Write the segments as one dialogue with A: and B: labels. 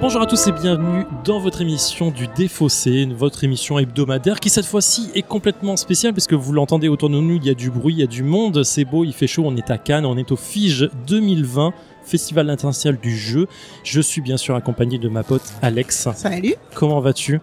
A: Bonjour à tous et bienvenue dans votre émission du Défaussé, votre émission hebdomadaire qui cette fois-ci est complètement spéciale parce que vous l'entendez autour de nous, il y a du bruit, il y a du monde, c'est beau, il fait chaud, on est à Cannes, on est au Fige 2020, Festival international du jeu. Je suis bien sûr accompagné de ma pote Alex.
B: Salut.
A: Comment vas-tu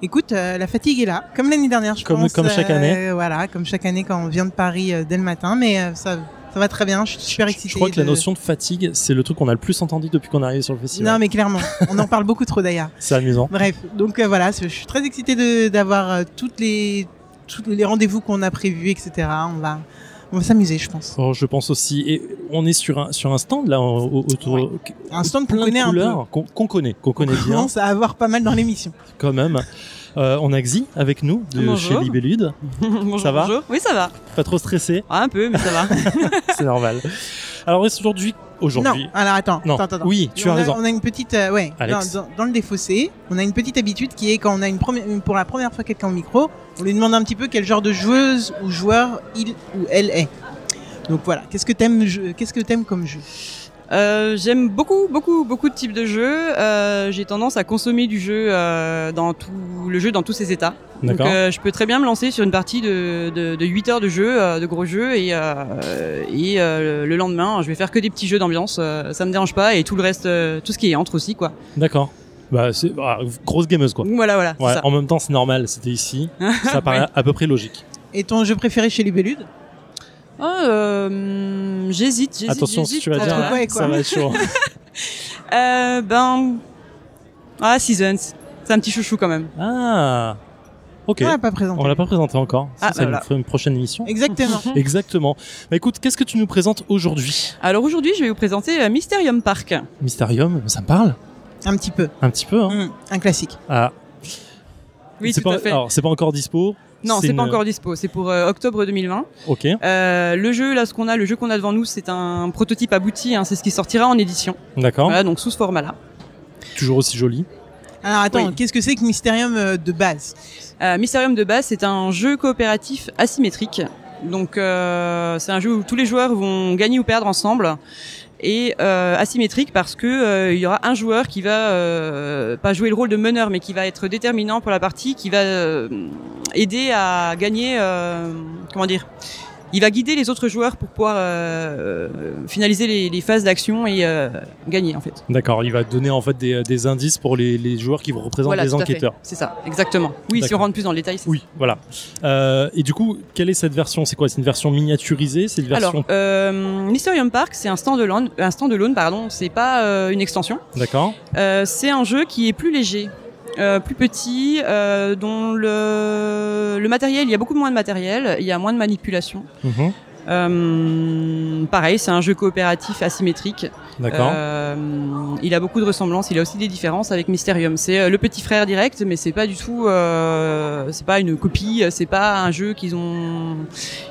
B: Écoute, euh, la fatigue est là, comme l'année dernière, je
A: Comme-
B: pense.
A: comme chaque année.
B: euh, voilà, comme chaque année quand on vient de Paris euh, dès le matin, mais euh, ça, ça va très bien. Je suis super excitée.
A: Je crois que la
B: de-
A: notion de fatigue, c'est le truc qu'on a le plus entendu depuis qu'on est arrivé sur le festival.
B: Non, mais clairement, on en parle beaucoup trop d'ailleurs.
A: C'est amusant.
B: Bref, donc euh, voilà, c'est- je suis très excitée de- d'avoir euh, toutes les tous les rendez-vous qu'on a prévus, etc. On va on va s'amuser, je pense.
A: Oh, je pense aussi. Et on est sur un, sur un stand là, au- au- autour,
B: Ouais. Un stand qu'on
A: plein
B: connaît
A: de
B: un peu.
A: couleurs qu'on qu'on connaît, qu'on connaît
B: On
A: bien
B: commence à avoir pas mal dans l'émission.
A: quand même. Euh, on a Xi avec nous de
C: Bonjour.
A: chez Libellude.
C: bonjour,
A: Ça va
C: bonjour. Oui, ça va.
A: Pas trop stressé,
C: Ah, un peu, mais ça va.
A: c'est normal. Alors aujourd'hui,
B: Non,
A: aujourd'hui,
B: alors attends, attends, attends.
A: oui, tu
B: on
A: as
B: a,
A: raison.
B: On a une petite, euh, ouais,
A: Alex.
B: Dans, dans- dans le défaussé, on a une petite habitude qui est quand on a une première, une- pour la première fois quelqu'un au micro, on lui demande un petit peu quel genre de joueuse ou joueur il ou elle est. Donc voilà, qu'est-ce que t'aimes, jeu- qu'est-ce que t'aimes comme jeu
C: Euh, J'aime beaucoup, beaucoup, beaucoup de types de jeux. Euh, J'ai tendance à consommer du jeu euh, dans tout le jeu dans tous ses états. Donc
A: D'accord.
C: euh, je peux très bien me lancer sur une partie de, de, 8 heures de jeu, euh, de gros jeux, et, euh, et euh, le lendemain, je vais faire que des petits jeux d'ambiance. euh, ça me dérange pas, et tout le reste, euh, tout ce qui est entre aussi, quoi.
A: D'accord. Bah, c'est ah, grosse gameuse quoi.
C: Voilà, voilà. c'est
A: Ouais,
C: ça.
A: en même temps, c'est normal, c'était ici. Ça paraît à peu près logique.
B: Et ton jeu préféré chez les Belludes
C: Ah, euh, J'hésite, j'hésite.
A: Attention, si
C: j'hésite.
A: tu vas dire, ah,
B: entre
C: Euh,
B: quoi et quoi
A: ça va être chaud.
C: euh, ben, ah Seasons, c'est un petit chouchou quand même.
A: Ah, ok.
B: On l'a pas présenté.
A: On l'a pas présenté encore. Ça,
C: Ah,
A: ça nous
C: voilà.
A: fera une prochaine émission.
B: Exactement.
A: Exactement. Bah écoute, qu'est-ce que tu nous présentes aujourd'hui
C: Alors aujourd'hui, je vais vous présenter euh, Mysterium Park.
A: Mysterium, ça me parle
B: un petit peu.
A: un petit peu. Hein.
B: Mm, un classique.
A: Ah,
C: Oui,
A: c'est
C: tout
A: pas,
C: à fait.
A: alors, c'est pas encore dispo.
C: non, c'est
A: une-
C: pas encore dispo, c'est pour euh, octobre 2020.
A: Ok,
C: Euh, le jeu, là, ce qu'on a, le jeu qu'on a devant nous, c'est un prototype abouti, hein, c'est ce qui sortira en édition.
A: d'accord.
C: Voilà, donc sous ce format-là.
A: Toujours aussi joli.
B: Alors attends,
C: Oui.
B: qu'est-ce que c'est que Mysterium euh, de base
C: Euh, Mysterium de base, c'est un jeu coopératif asymétrique. Donc euh, c'est un jeu où tous les joueurs vont gagner ou perdre ensemble et euh, asymétrique parce que euh, il y aura un joueur qui va euh, pas jouer le rôle de meneur mais qui va être déterminant pour la partie, qui va euh, aider à gagner euh, comment dire. Il va guider les autres joueurs pour pouvoir euh, euh, finaliser les, les phases d'action et euh, gagner en fait.
A: D'accord, il va donner en fait des, euh, des indices pour les, les joueurs qui représentent
C: Voilà,
A: les
C: tout à fait.
A: enquêteurs.
C: C'est ça, exactement. Oui, si
A: D'accord.
C: on rentre plus dans le détail, c'est
A: Oui, voilà. Euh, et du coup, quelle est cette version C'est quoi C'est une version miniaturisée C'est une version
C: Alors, euh, Mysterium Park, c'est un standalone, un standalone, pardon. C'est pas euh, une extension.
A: D'accord.
C: Euh, c'est un jeu qui est plus léger, euh, plus petit, euh, dont le, le matériel, il y a beaucoup moins de matériel, il y a moins de manipulation.
A: Mhm.
C: Euh, pareil, c'est un jeu coopératif asymétrique.
A: D'accord.
C: Euh, il a beaucoup de ressemblances. Il a aussi des différences avec Mysterium. C'est euh, le petit frère direct, mais c'est pas du tout. euh, c'est pas une copie. C'est pas un jeu qu'ils ont.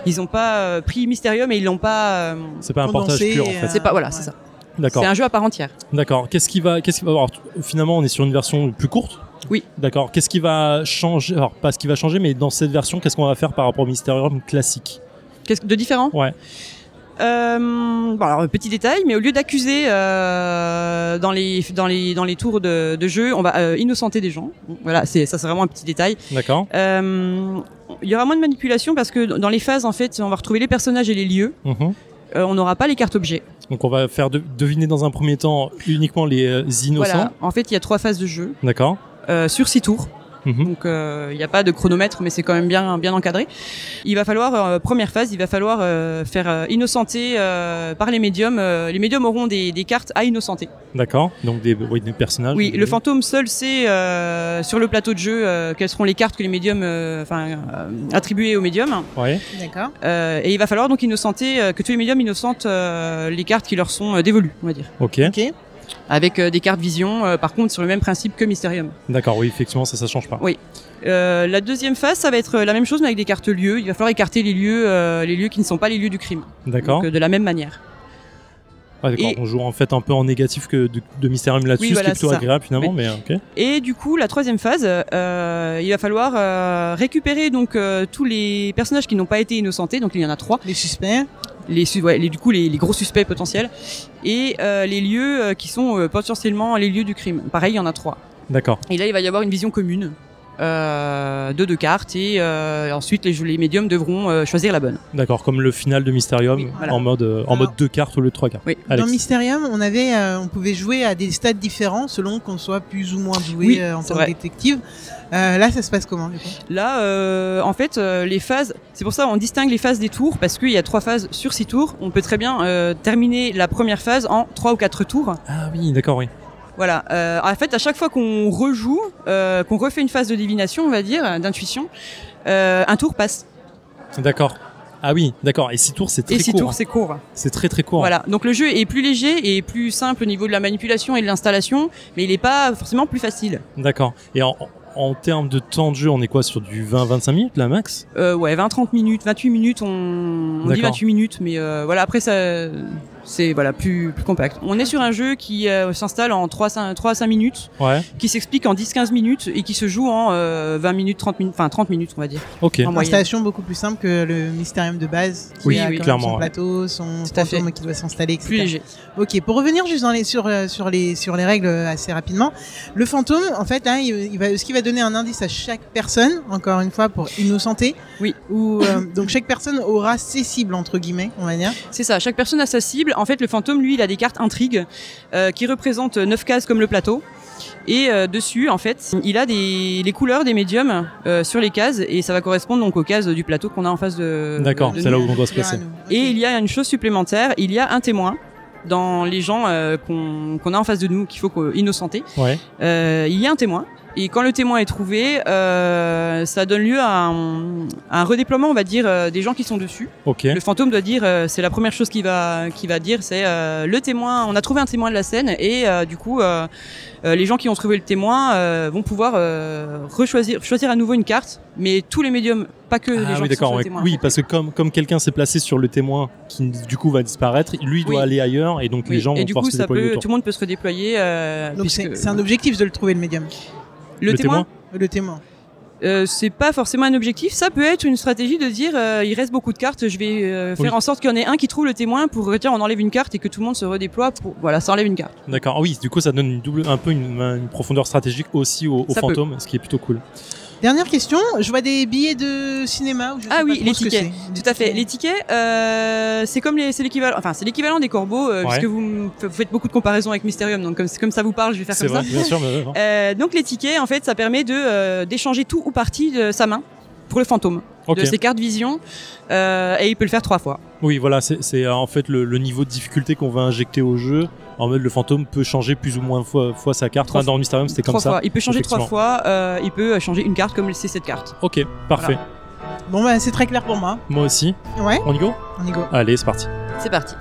C: Ils ont pas euh, pris Mysterium et ils l'ont pas. euh,
A: c'est pas un portage
B: condensé,
A: pur en fait.
B: euh,
C: c'est pas voilà,
B: Ouais.
C: c'est ça.
A: D'accord.
C: C'est un jeu à part entière.
A: D'accord. Qu'est-ce qui va, qu'est-ce qui va alors, tu- finalement, on est sur une version plus courte.
C: Oui.
A: D'accord. Qu'est-ce qui va changer Alors, pas ce qui va changer, mais dans cette version, qu'est-ce qu'on va faire par rapport au Mysterium classique
C: Qu'est-ce que- de différent
A: Ouais.
C: Euh, bon, alors, petit détail, mais au lieu d'accuser euh, dans les dans les dans les tours de, de jeu, on va euh, innocenter des gens. Voilà, c'est ça, c'est vraiment un petit détail.
A: D'accord.
C: Euh, il y aura moins de manipulation parce que dans les phases, en fait, on va retrouver les personnages et les lieux.
A: Mhm.
C: Euh, on n'aura pas les cartes objets.
A: Donc, on va faire de- deviner dans un premier temps uniquement les euh, innocents.
C: Voilà. En fait, il y a trois phases de jeu
A: D'accord.
C: euh, sur six tours.
A: Mhm.
C: Donc, euh, il n'y a pas de chronomètre, mais c'est quand même bien, bien encadré. Il va falloir euh, première phase, il va falloir euh, faire euh, innocenter euh, par les médiums. euh, les médiums auront des, des cartes à innocenter.
A: D'accord. Donc des, oui, des personnages.
C: oui,
A: des-
C: le fantôme seul sait euh, sur le plateau de jeu euh, quelles seront les cartes que les médiums, euh, enfin, euh, attribuées aux médiums.
A: Ouais.
B: D'accord.
C: Euh, et il va falloir donc innocenter euh, que tous les médiums innocentent euh, les cartes qui leur sont euh, dévolues, on va dire,
A: Ok.
B: Ok.
C: avec euh, des cartes vision. euh, par contre, sur le même principe que Mysterium.
A: D'accord. Oui, effectivement, ça, ça change pas.
C: Euh, la deuxième phase, ça va être euh, la même chose, mais avec des cartes lieux. Il va falloir écarter les lieux, euh, les lieux qui ne sont pas les lieux du crime.
A: D'accord.
C: Donc, euh, de la même manière.
A: Ah, d'accord.
C: Et-
A: On joue en fait un peu en négatif que de, de Mysterium là-dessus,
C: Oui, voilà,
A: ce qui est plutôt
C: c'est ça.
A: agréable finalement, mais ok.
C: Et du coup, la troisième phase, euh, il va falloir euh, récupérer donc euh, tous les personnages qui n'ont pas été innocentés. Donc il y en a trois.
B: Les suspects.
C: les, su- ouais, les- du coup les, les gros suspects potentiels et euh, les lieux euh, qui sont euh, potentiellement les lieux du crime. Pareil, il y en a trois.
A: D'accord.
C: Et là, il va y avoir une vision commune euh, de deux cartes et euh, ensuite les, les médiums devront euh, choisir la bonne.
A: D'accord, comme le final de Mysterium
C: Oui, voilà.
A: en mode euh, en
B: Alors-
A: mode deux cartes au lieu de trois cartes.
C: Oui.
A: Alex.
B: Dans Mysterium, on avait, euh, on pouvait jouer à des stades différents selon qu'on soit plus ou moins doué
C: Oui,
B: euh, en
C: c'est
B: tant
C: vrai.
B: que détective. Euh, là, ça se passe comment du coup
C: Là, euh, en fait, euh, les phases, c'est pour ça on distingue les phases des tours parce qu'il y a trois phases sur six tours. On peut très bien euh, terminer la première phase en trois ou quatre tours.
A: Ah oui, d'accord, oui.
C: Voilà. Euh, en fait, à chaque fois qu'on rejoue, euh, qu'on refait une phase de divination, on va dire, d'intuition, euh, un tour passe.
A: D'accord. Ah oui, d'accord. Et six tours, c'est très
C: et six
A: court.
C: tours,
A: hein.
C: c'est court.
A: C'est très très court. hein.
C: Voilà. Donc le jeu est plus léger et plus simple au niveau de la manipulation et de l'installation, mais il n'est pas forcément plus facile.
A: D'accord. Et en, en termes de temps de jeu, on est quoi sur du 20-25 minutes, la max
C: Euh, ouais, 20-30 minutes, 28 minutes, on, on dit
A: D'accord.
C: 28 minutes, mais euh, voilà, après ça, c'est voilà plus, plus compact. On est sur un jeu qui euh, s'installe en 3, 5, 3 à 5 minutes,
A: Ouais.
C: qui s'explique en 10-15 minutes et qui se joue en euh, 20 minutes, 30 minutes, enfin 30 minutes on va dire.
A: Ok.
C: En moyenne.
B: L'installation beaucoup plus simple que le Mysterium de base, qui
A: Oui,
B: a
C: oui,
B: quand
A: clairement,
B: même
A: ouais.
B: son plateau, son
C: Tout à fait.
B: fantôme qui doit s'installer, etc.
C: Plus léger.
B: Ok, pour revenir juste dans les, sur, euh, sur, les, sur les règles euh, assez rapidement, le fantôme, en fait, là, il, il va, ce qui va donner un indice à chaque personne, encore une fois, pour innocenter.
C: Oui.
B: Ou, euh, donc chaque personne aura ses cibles, entre guillemets, on va dire.
C: C'est ça, chaque personne a sa cible. En fait, le fantôme, lui, il a des cartes intrigues euh, qui représentent 9 cases comme le plateau. Et euh, dessus, en fait, il a des, les couleurs des médiums euh, sur les cases et ça va correspondre donc aux cases du plateau qu'on a en face de.
A: D'accord,
C: de
A: c'est
C: nous.
A: là où on doit se
B: Dire à
A: placer.
B: nous. Ok.
C: Et il y a une chose supplémentaire, il y a un témoin dans les gens euh, qu'on qu'on a en face de nous qu'il faut qu'on- innocenter.
A: Ouais.
C: Euh, il y a un témoin. Et quand le témoin est trouvé, euh, ça donne lieu à un, à un redéploiement, on va dire, euh, des gens qui sont dessus.
A: Ok.
C: Le fantôme doit dire, euh, c'est la première chose qu'il va, qu'il va dire, c'est euh, le témoin, on a trouvé un témoin de la scène et euh, du coup, euh, euh, les gens qui ont trouvé le témoin euh, vont pouvoir euh, rechoisir, choisir à nouveau une carte, mais tous les médiums, pas que les
A: Ah
C: gens
A: oui,
C: qui sont
A: d'accord.
C: sur le
A: ouais.
C: témoin.
A: Oui, parce que comme, comme quelqu'un s'est placé sur le témoin qui du coup va disparaître, lui doit
C: Oui.
A: aller ailleurs et donc
C: Oui,
A: les gens
C: et
A: vont
C: du
A: pouvoir
C: coup,
A: se
C: ça
A: déployer
C: peut,
A: autour.
C: tout le monde peut se redéployer. euh,
B: Donc c'est
C: puisque-
B: c'est un objectif de le trouver, le médium,
C: le,
A: Le
C: témoin,
A: témoin
B: le témoin.
C: euh, c'est pas forcément un objectif. Ça peut être une stratégie de dire, euh, il reste beaucoup de cartes, je vais euh, faire
A: Oui.
C: en sorte qu'il y en ait un qui trouve le témoin pour dire, on enlève une carte et que tout le monde se redéploie. Pour... Voilà, ça enlève une carte.
A: D'accord. Ah oui, du coup, ça donne une double, un peu une, une profondeur stratégique aussi au, au
C: Ça peut.
A: fantôme, ce qui est plutôt cool.
B: Dernière question, je vois des billets de cinéma ou je
C: Ah
B: sais
C: oui,
B: pas trop
C: les
B: ce que
C: tickets.
B: c'est.
C: Tout à fait. Les tickets, euh, c'est comme les, c'est l'équivalent, enfin c'est l'équivalent des corbeaux, euh,
A: Ouais.
C: puisque vous, me- vous faites beaucoup de comparaisons avec Mysterium, donc comme, comme ça vous parle, je vais faire
A: C'est
C: comme
A: vrai,
C: ça.
A: bien sûr. mais- mais-
C: Euh, donc les tickets, en fait, ça permet de euh, d'échanger tout ou partie de sa main pour le fantôme,
A: Ok.
C: de ses cartes vision, euh, et il peut le faire trois fois.
A: Oui, voilà, c'est c'est, euh, en fait le, le niveau de difficulté qu'on va injecter au jeu. En mode, le fantôme peut changer plus ou moins fois, fois sa carte.
C: Trois
A: Enfin, dans Mysterium, c'était comme
C: Trois
A: ça.
C: fois. Il peut changer trois
A: effectivement.
C: fois. euh, il peut changer une carte comme c'est cette carte.
A: Ok, parfait.
B: Bon, bah, c'est très clair pour moi.
A: Moi aussi.
B: Ouais,
A: On y go
B: on y go.
A: Allez, c'est parti.
C: C'est parti.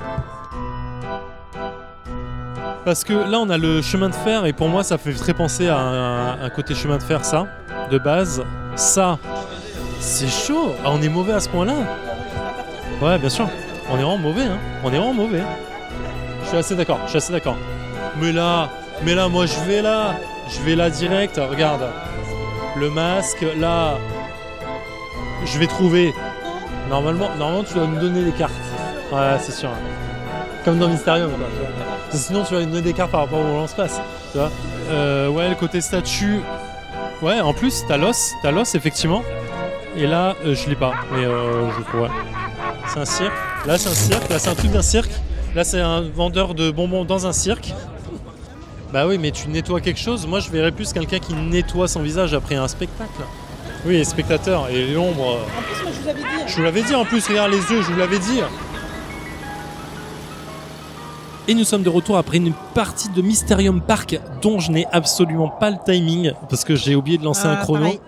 A: Parce que là, on a le chemin de fer, et pour moi, ça fait très penser à un, un côté chemin de fer, ça, de base. Ça, c'est chaud. Ah, on est mauvais à ce point-là. Ouais, bien sûr. On est vraiment mauvais, hein. On est vraiment mauvais. Je suis assez d'accord, je suis assez d'accord. Mais là, mais là, moi, je vais là. Je vais là direct. Regarde. Le masque, là. Je vais trouver. Normalement, normalement tu dois me donner des cartes. Ouais, c'est sûr. Comme dans Mysterium, quoi. tu vois. Parce que Sinon, tu vas nous donner des cartes par rapport au lance-passe. Tu vois Euh, ouais, le côté statue. Ouais, en plus, t'as l'os, t'as l'os, effectivement. Et là, euh, je l'ai pas, mais euh, je pourrais. C'est un cirque. Là, c'est un cirque. Là, c'est un truc d'un cirque. Là, c'est un vendeur de bonbons dans un cirque. Bah oui, mais tu nettoies quelque chose. Moi, je verrais plus quelqu'un qui nettoie son visage après un spectacle. Oui, les spectateurs et l'ombre.
B: En plus, moi, je vous avais dit,
A: Je vous l'avais dit en plus, regarde les yeux, je vous l'avais dit. Et nous sommes de retour après une partie de Mysterium Park dont je n'ai absolument pas le timing parce que j'ai oublié de lancer un
B: Ah,
A: chrono.
B: pareil.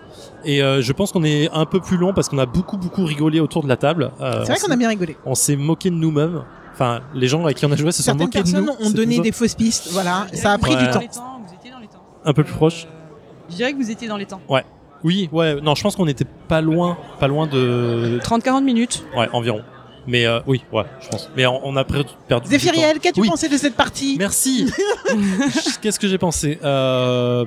A: Et euh, je pense qu'on est un peu plus long parce qu'on a beaucoup beaucoup rigolé autour de la table. Euh,
B: C'est vrai
A: on
B: qu'on a bien rigolé.
A: s'est- on s'est moqué de nous-mêmes. Enfin, les gens avec qui on a joué se sont
B: Certaines
A: moqués de
B: personnes
A: nous.
B: ont
A: C'est
B: donné
A: tout ça.
B: des fausses pistes, voilà, Ah, ça a pris
A: Ouais.
B: du temps.
C: Vous étiez dans les temps. Euh,
A: un peu plus proche.
C: Je dirais que vous étiez dans les temps.
A: Oui, ouais. Non, je pense qu'on était pas loin, pas loin de
C: 30-40 Euh, minutes.
A: ouais environ. Mais euh, oui, ouais, je pense. Mais on, on a perdu. perdu du temps.
B: Zéphiriel, qu'as-tu
A: Oui.
B: pensé de cette partie
A: Merci. Qu'est-ce que j'ai pensé Euh,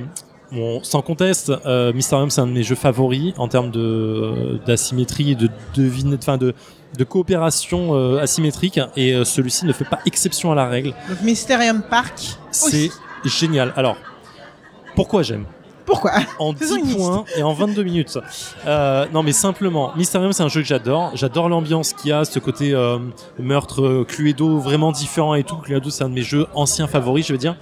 A: Bon, sans conteste, euh, Mysterium c'est un de mes jeux favoris en termes de d'asymétrie et de devine, enfin de de coopération euh, asymétrique et euh, celui-ci ne fait pas exception à la règle.
B: Donc Mysterium Park.
A: C'est
B: aussi.
A: génial. Alors pourquoi j'aime
B: Pourquoi
A: en
B: Faisons
A: 10
B: une
A: points et en 22 minutes. Euh, non, mais simplement, Mysterium, c'est un jeu que j'adore. J'adore l'ambiance qu'il y a, ce côté euh, meurtre, euh, Cluedo, vraiment différent et tout. Cluedo, c'est un de mes jeux anciens favoris, je veux dire.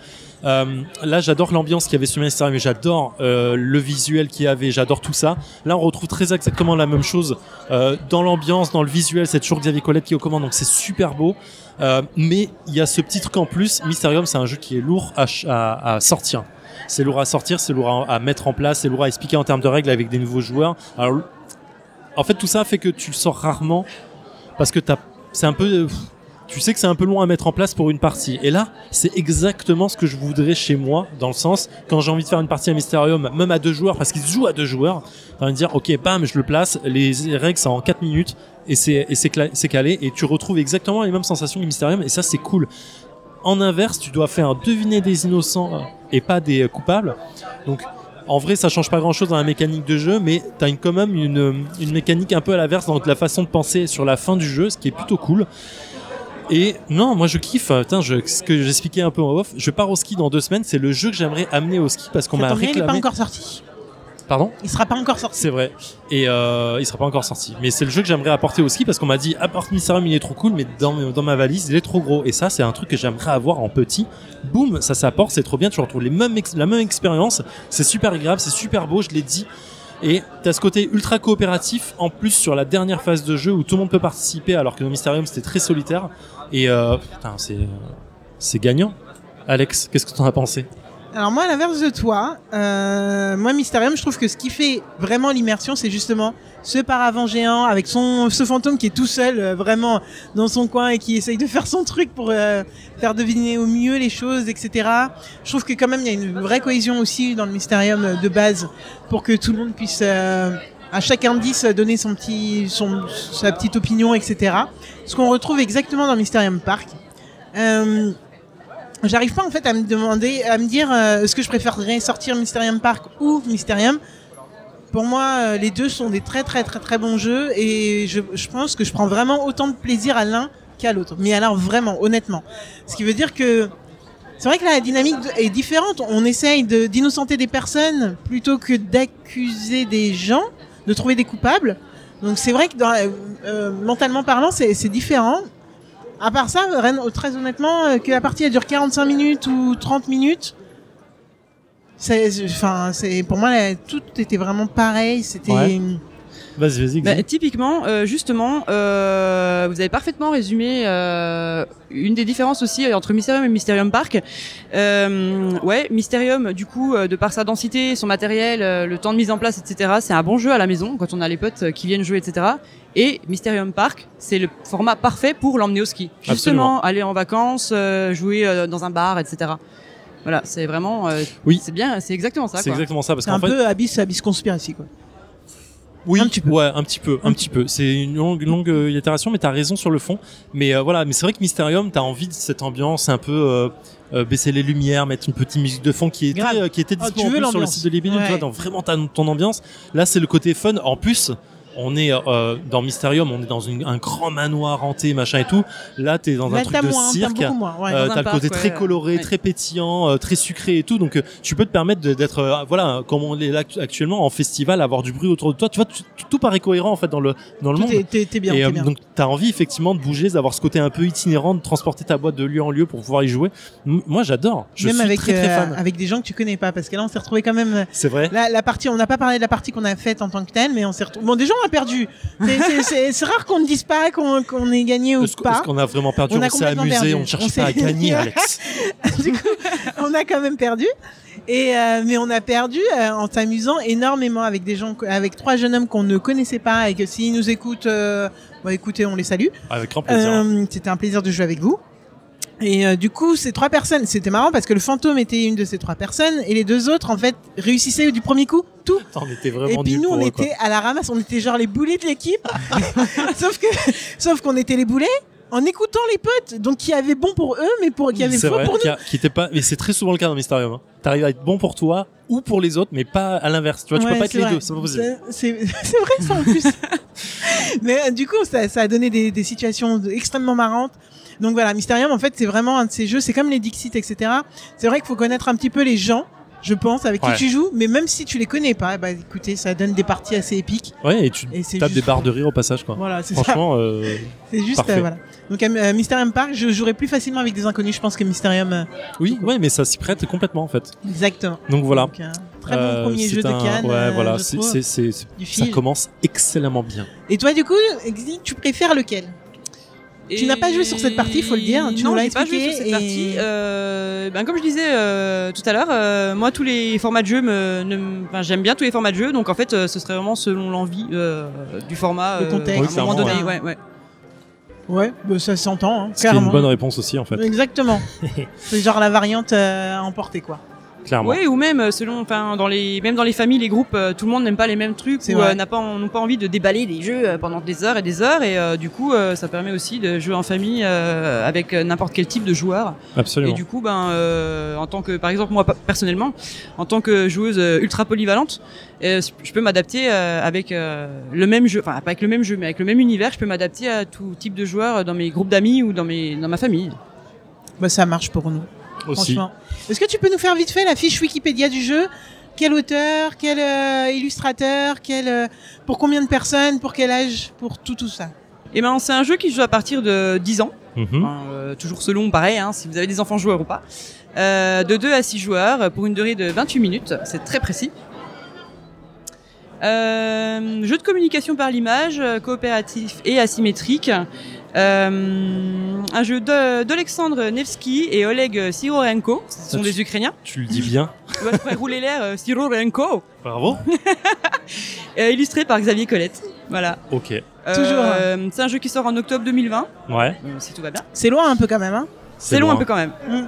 A: Euh, là, j'adore l'ambiance qu'il y avait sur Mysterium, j'adore euh, le visuel qu'il y avait, j'adore tout ça. Là, on retrouve très exactement la même chose euh, dans l'ambiance, dans le visuel. C'est toujours Xavier Colette qui est aux commandes, donc c'est super beau. Euh, mais il y a ce petit truc en plus. Mysterium, c'est un jeu qui est lourd à ch- à- à sortir. C'est lourd à sortir, c'est lourd à, à mettre en place, c'est lourd à expliquer en termes de règles avec des nouveaux joueurs. Alors, en fait, tout ça fait que tu le sors rarement parce que t'as- c'est un peu, euh, pff, tu sais que c'est un peu long à mettre en place pour une partie. Et là, c'est exactement ce que je voudrais chez moi, dans le sens quand j'ai envie de faire une partie à Mysterium, même à deux joueurs, parce qu'ils se jouent à deux joueurs, t'as envie de dire, ok, bam, je le place, les règles, c'est en 4 minutes. Et c'est et c'est cla- c'est calé, et tu retrouves exactement les mêmes sensations que Mysterium, et ça c'est cool. En inverse, tu dois faire deviner des innocents euh, et pas des euh, coupables. Donc, en vrai, ça change pas grand chose dans la mécanique de jeu, mais t'as une- quand même une, euh, une mécanique un peu à l'inverse dans la façon de penser sur la fin du jeu, ce qui est plutôt cool. Et non, moi je kiffe. Euh, Putain, je, ce que j'expliquais un peu en off, je pars au ski dans deux semaines. C'est le jeu que j'aimerais amener au ski parce qu'on
B: Ça
A: m'a
B: tombe bien, Il n'est pas
A: réclamé.
B: encore sorti.
A: Pardon
B: Il sera pas encore sorti.
A: c'est vrai. Et euh, il sera pas encore sorti. Mais c'est le jeu que j'aimerais apporter au ski parce qu'on m'a dit apporte Mysterium, il est trop cool, mais dans, dans ma valise, il est trop gros. Et ça, c'est un truc que j'aimerais avoir en petit. Boum, ça s'apporte, c'est trop bien. Tu retrouves les mêmes ex- la même expérience. C'est super agréable, c'est super beau, je l'ai dit. Et t'as ce côté ultra coopératif en plus sur la dernière phase de jeu où tout le monde peut participer alors que dans Mysterium c'était très solitaire. Et euh, putain, c'est c'est gagnant. Alex, qu'est-ce que t'en as pensé
B: Alors moi, à l'inverse de toi, euh, moi Mysterium, je trouve que ce qui fait vraiment l'immersion, c'est justement ce paravent géant avec son ce fantôme qui est tout seul, euh, vraiment dans son coin et qui essaye de faire son truc pour euh, faire deviner au mieux les choses, etc. Je trouve que quand même il y a une vraie cohésion aussi dans le Mysterium euh, de base pour que tout le monde puisse euh, à chaque indice euh, donner son petit son sa petite opinion, etc. Ce qu'on retrouve exactement dans Mysterium Park. Euh, J'arrive pas en fait à me demander, à me dire euh, est-ce que je préférerais sortir Mysterium Park ou Mysterium. Pour moi, euh, les deux sont des très très très très bons jeux et je, je pense que je prends vraiment autant de plaisir à l'un qu'à l'autre. Mais alors vraiment, honnêtement. Ce qui veut dire que c'est vrai que la dynamique de- est différente. On essaye de- d'innocenter des personnes plutôt que d'accuser des gens, de trouver des coupables. Donc c'est vrai que dans, la- euh, mentalement parlant, c'est c'est différent. À part ça, Rennes, très honnêtement, euh, que la partie elle dure 45 minutes ou 30 minutes, c'est, c'est- enfin, c'est pour moi la- tout était vraiment pareil. C'était
A: Ouais. Vas-y, vas-y.
C: Bah, typiquement, euh, justement, euh, vous avez parfaitement résumé euh, une des différences aussi entre Mysterium et Mysterium Park. Euh, ouais, Mysterium, du coup, euh, de par sa densité, son matériel, euh, le temps de mise en place, etc., c'est un bon jeu à la maison quand on a les potes euh, qui viennent jouer, etc. Et Mysterium Park, c'est le format parfait pour l'emmener au ski. Justement,
A: Absolument.
C: aller en vacances, euh, jouer euh, dans un bar, etc. Voilà, c'est vraiment. euh,
A: Oui.
C: C'est bien, c'est exactement ça.
A: c'est
C: quoi.
A: exactement ça parce
B: c'est un
A: qu'en fait,
B: peu abyss, abyss conspiracy quoi.
A: Oui,
B: Un petit peu.
A: ouais, un petit peu, un petit peu. C'est une longue, longue euh, itération, mais t'as raison sur le fond. Mais euh, voilà, mais c'est vrai que Mysterium, t'as envie de cette ambiance un peu euh, euh, baisser les lumières, mettre une petite musique de fond qui était,
B: Grave.
A: euh, qui était
B: Ah,
A: dispo
B: tu
A: en
B: veux
A: plus sur le
B: l'ambiance.
A: site de Libellule.
B: Ouais.
A: Tu vois, dans vraiment ta- ton ambiance. Là, c'est le côté fun. En plus, on est euh, dans Mysterium, on est dans une- un grand manoir hanté, machin et tout. Là, t'es dans un
B: Là,
A: truc
B: t'as
A: de
B: moins, hein, t'as
A: cirque.
B: beaucoup moins. ouais.
C: Euh,
A: Euh,
C: dans un
A: t'as le côté
C: parc,
A: très
C: ouais.
A: coloré,
C: Ouais.
A: très pétillant, euh, très sucré et tout. Donc euh, tu peux te permettre de- d'être, euh, voilà, comme on est là actu- actuellement en festival, avoir du bruit autour de toi. Tu vois, tu- tout paraît cohérent en fait dans le dans le
B: Tout
A: monde.
B: est- t'es, t'es bien,
A: et
B: t'es
A: euh,
B: bien.
A: donc t'as envie effectivement de bouger, d'avoir ce côté un peu itinérant, de transporter ta boîte de lieu en lieu pour pouvoir y jouer. M- moi j'adore. Je
B: Même
A: suis
B: avec
A: très très
B: euh,
A: fan.
B: avec des gens que tu connais pas, parce que là on s'est retrouvé quand même.
A: C'est vrai.
B: Là, la partie, on n'a pas parlé de la partie qu'on a faite en tant que telle, mais on s'est retrouvé. Bon, déjà on a perdu. C'est, c'est- c'est- c'est rare qu'on ne dise pas qu'on, qu'on ait gagné ou
A: Est-ce qu- est-ce
B: pas.
A: qu'on a vraiment perdu
B: On
A: On,
B: a
A: s'est
B: complètement
A: amusé,
B: perdu.
A: on ne cherche
B: On
A: pas à
B: s'est-
A: gagner, Alex.
B: du coup, on a quand même perdu. Et euh, mais on a perdu euh, en s'amusant énormément avec des gens, avec trois jeunes hommes qu'on ne connaissait pas et que s'ils nous écoutent, euh, bon, écoutez, on les salue.
A: Avec grand plaisir.
B: Euh, c'était un plaisir de jouer avec vous. Et euh, du coup, ces trois personnes, c'était marrant parce que le fantôme était une de ces trois personnes et les deux autres, en fait, réussissaient du premier coup tout.
A: on était
B: Et
A: vraiment
B: puis
A: nuls
B: nous, on
A: pour eux, quoi.
B: était à la ramasse, on était genre les boulets de l'équipe. sauf que, sauf qu'on était les boulets. en écoutant les potes, donc qui avaient bon pour eux, mais pour, qui avaient
A: C'est
B: faux
A: vrai,
B: pour nous.
A: qui a- qui était pas. Mais c'est très souvent le cas dans Mysterium. Hein. T'arrives à être bon pour toi ou pour les autres, mais pas à l'inverse. Bah, Tu vois, tu
B: Ouais,
A: peux pas être
B: c'est
A: les
B: vrai.
A: deux, c'est pas possible.
B: Ça, C'est c'est vrai, ça en plus. Mais euh, du coup, ça, ça a donné des, des situations de- extrêmement marrantes. Donc voilà, Mysterium, en fait, c'est vraiment un de ces jeux. C'est comme les Dixit, etc. C'est vrai qu'il faut connaître un petit peu les gens, je pense, avec
A: Ouais.
B: qui tu joues. Mais même si tu les connais pas, bah écoutez, ça donne des parties assez épiques.
A: Ouais, et tu
B: Et c'est
A: tapes
B: juste-
A: des barres de rire au passage, quoi.
B: Voilà, c'est ça.
A: Franchement, euh,
B: C'est juste
A: parfait.
B: euh, voilà. Donc euh, Mysterium Park, je jouerai plus facilement avec des inconnus, je pense, que Mysterium. euh,
A: oui, ouais, mais ça s'y prête complètement en fait.
B: exactement.
A: Donc voilà.
B: Donc, euh, très bon
A: Euh,
B: premier
A: c'est
B: jeu de
A: un-
B: Cannes.
A: Ouais,
B: euh,
A: voilà,
B: je
A: c'est-
B: trouve,
A: c'est- c'est- c'est-
B: du
A: ça
B: film.
A: commence excellemment bien.
B: Et toi, du coup, Exil, tu préfères lequel Tu
C: Et-
B: n'as pas joué sur cette partie, faut le dire, tu
C: non,
B: nous l'as
C: j'ai pas joué sur
B: expliqué
C: cette
B: et-
C: partie. Euh, ben, comme je disais euh, tout à l'heure, euh, moi tous les formats de jeu, me, ne m- enfin, j'aime bien tous les formats de jeu, donc en fait euh, ce serait vraiment selon l'envie euh, du format
B: Le
C: euh,
B: contexte.
A: Oui,
C: à un moment donné.
B: clairement,
C: Ouais, ouais.
B: Ouais, bah, ça s'entend, hein,
A: C'est une
B: clairement.
A: bonne réponse aussi en fait,
B: Exactement. c'est genre la variante euh, à emporter, quoi.
A: clairement.
C: Ouais, ou même euh, selon, enfin dans les, même dans les familles, les groupes, euh, tout le monde n'aime pas les mêmes trucs,
B: C'est
C: ou
B: vrai.
C: euh, n'a pas, n'ont pas envie de déballer des jeux euh, pendant des heures et des heures, et euh, du coup euh, ça permet aussi de jouer en famille euh, avec euh, n'importe quel type de joueur. Et
A: Absolument.
C: du coup, ben, euh, en tant que, par exemple, moi pa- personnellement, en tant que joueuse euh, ultra polyvalente, euh, je peux m'adapter euh, avec euh, le même jeu, enfin pas avec le même jeu, mais avec le même univers, je peux m'adapter à tout type de joueurs euh, dans mes groupes d'amis ou dans mes, dans ma famille.
B: Bah, ça marche pour nous,
A: aussi.
B: franchement. Est-ce que tu peux nous faire vite fait la fiche Wikipédia du jeu Quel auteur Quel euh, illustrateur Quel euh, Pour combien de personnes Pour quel âge Pour tout, tout ça.
C: Et ben, c'est un jeu qui se joue à partir de 10 ans,
A: Mhm.
C: Enfin, euh, toujours selon, pareil, hein, si vous avez des enfants joueurs ou pas, Euh, de 2 à 6 joueurs euh, pour une durée de 28 minutes, c'est très précis. Euh, jeu de communication par l'image, euh, coopératif et asymétrique. Euh, un jeu de- d'Alexandre Nevsky et Oleg Sirorenko, ce sont
A: tu-
C: des Ukrainiens.
A: Tu le dis bien.
C: Tu vois, je pourrais rouler l'air euh, Sirorenko,
A: Bravo.
C: euh, illustré par Xavier Colette. Voilà.
A: Ok.
C: Euh,
B: Toujours,
C: c'est un jeu qui sort en octobre 2020,
A: Ouais.
C: euh, si tout va bien.
B: C'est loin un peu quand même, hein
C: C'est long un peu quand même.
B: Mm.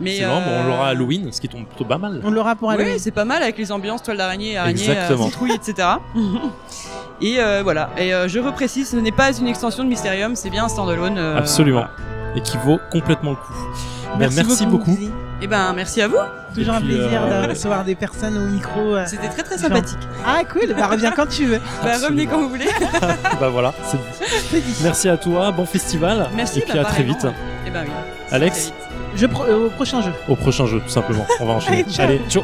C: Mais
A: Hmm. C'est long, mais on l'aura à
C: euh,
A: Halloween, ce qui tombe plutôt pas mal.
B: On l'aura pour aller.
C: Oui, c'est pas mal avec les ambiances, toile d'araignée, araignée, euh,
A: Exactement.
C: citrouille, etc. et euh, voilà. Et euh, je reprécise, ce n'est pas une extension de Mysterium, c'est bien un standalone. euh,
A: Absolument.
C: voilà.
A: Et qui vaut complètement le coup. Ben, merci beaucoup.
B: Xi.
C: Eh ben, merci à vous.
B: Toujours
A: Et
B: un
A: puis,
B: plaisir
A: euh,
B: de recevoir des personnes au micro. euh.
C: C'était très très
B: Jean.
C: sympathique.
B: Ah cool, bah reviens quand tu veux.
C: Bah,
A: Absolument.
C: revenez quand vous voulez.
A: bah voilà, c'est dit. Merci à toi, bon festival.
C: Merci.
A: Et puis
C: bah,
A: à très
C: pareillement.
A: vite
C: Eh ben oui.
A: Alex
C: Très vite.
B: Je pro- euh, au prochain jeu.
A: au prochain jeu, tout simplement. On va enchaîner.
B: Allez, ciao.
A: Allez, ciao.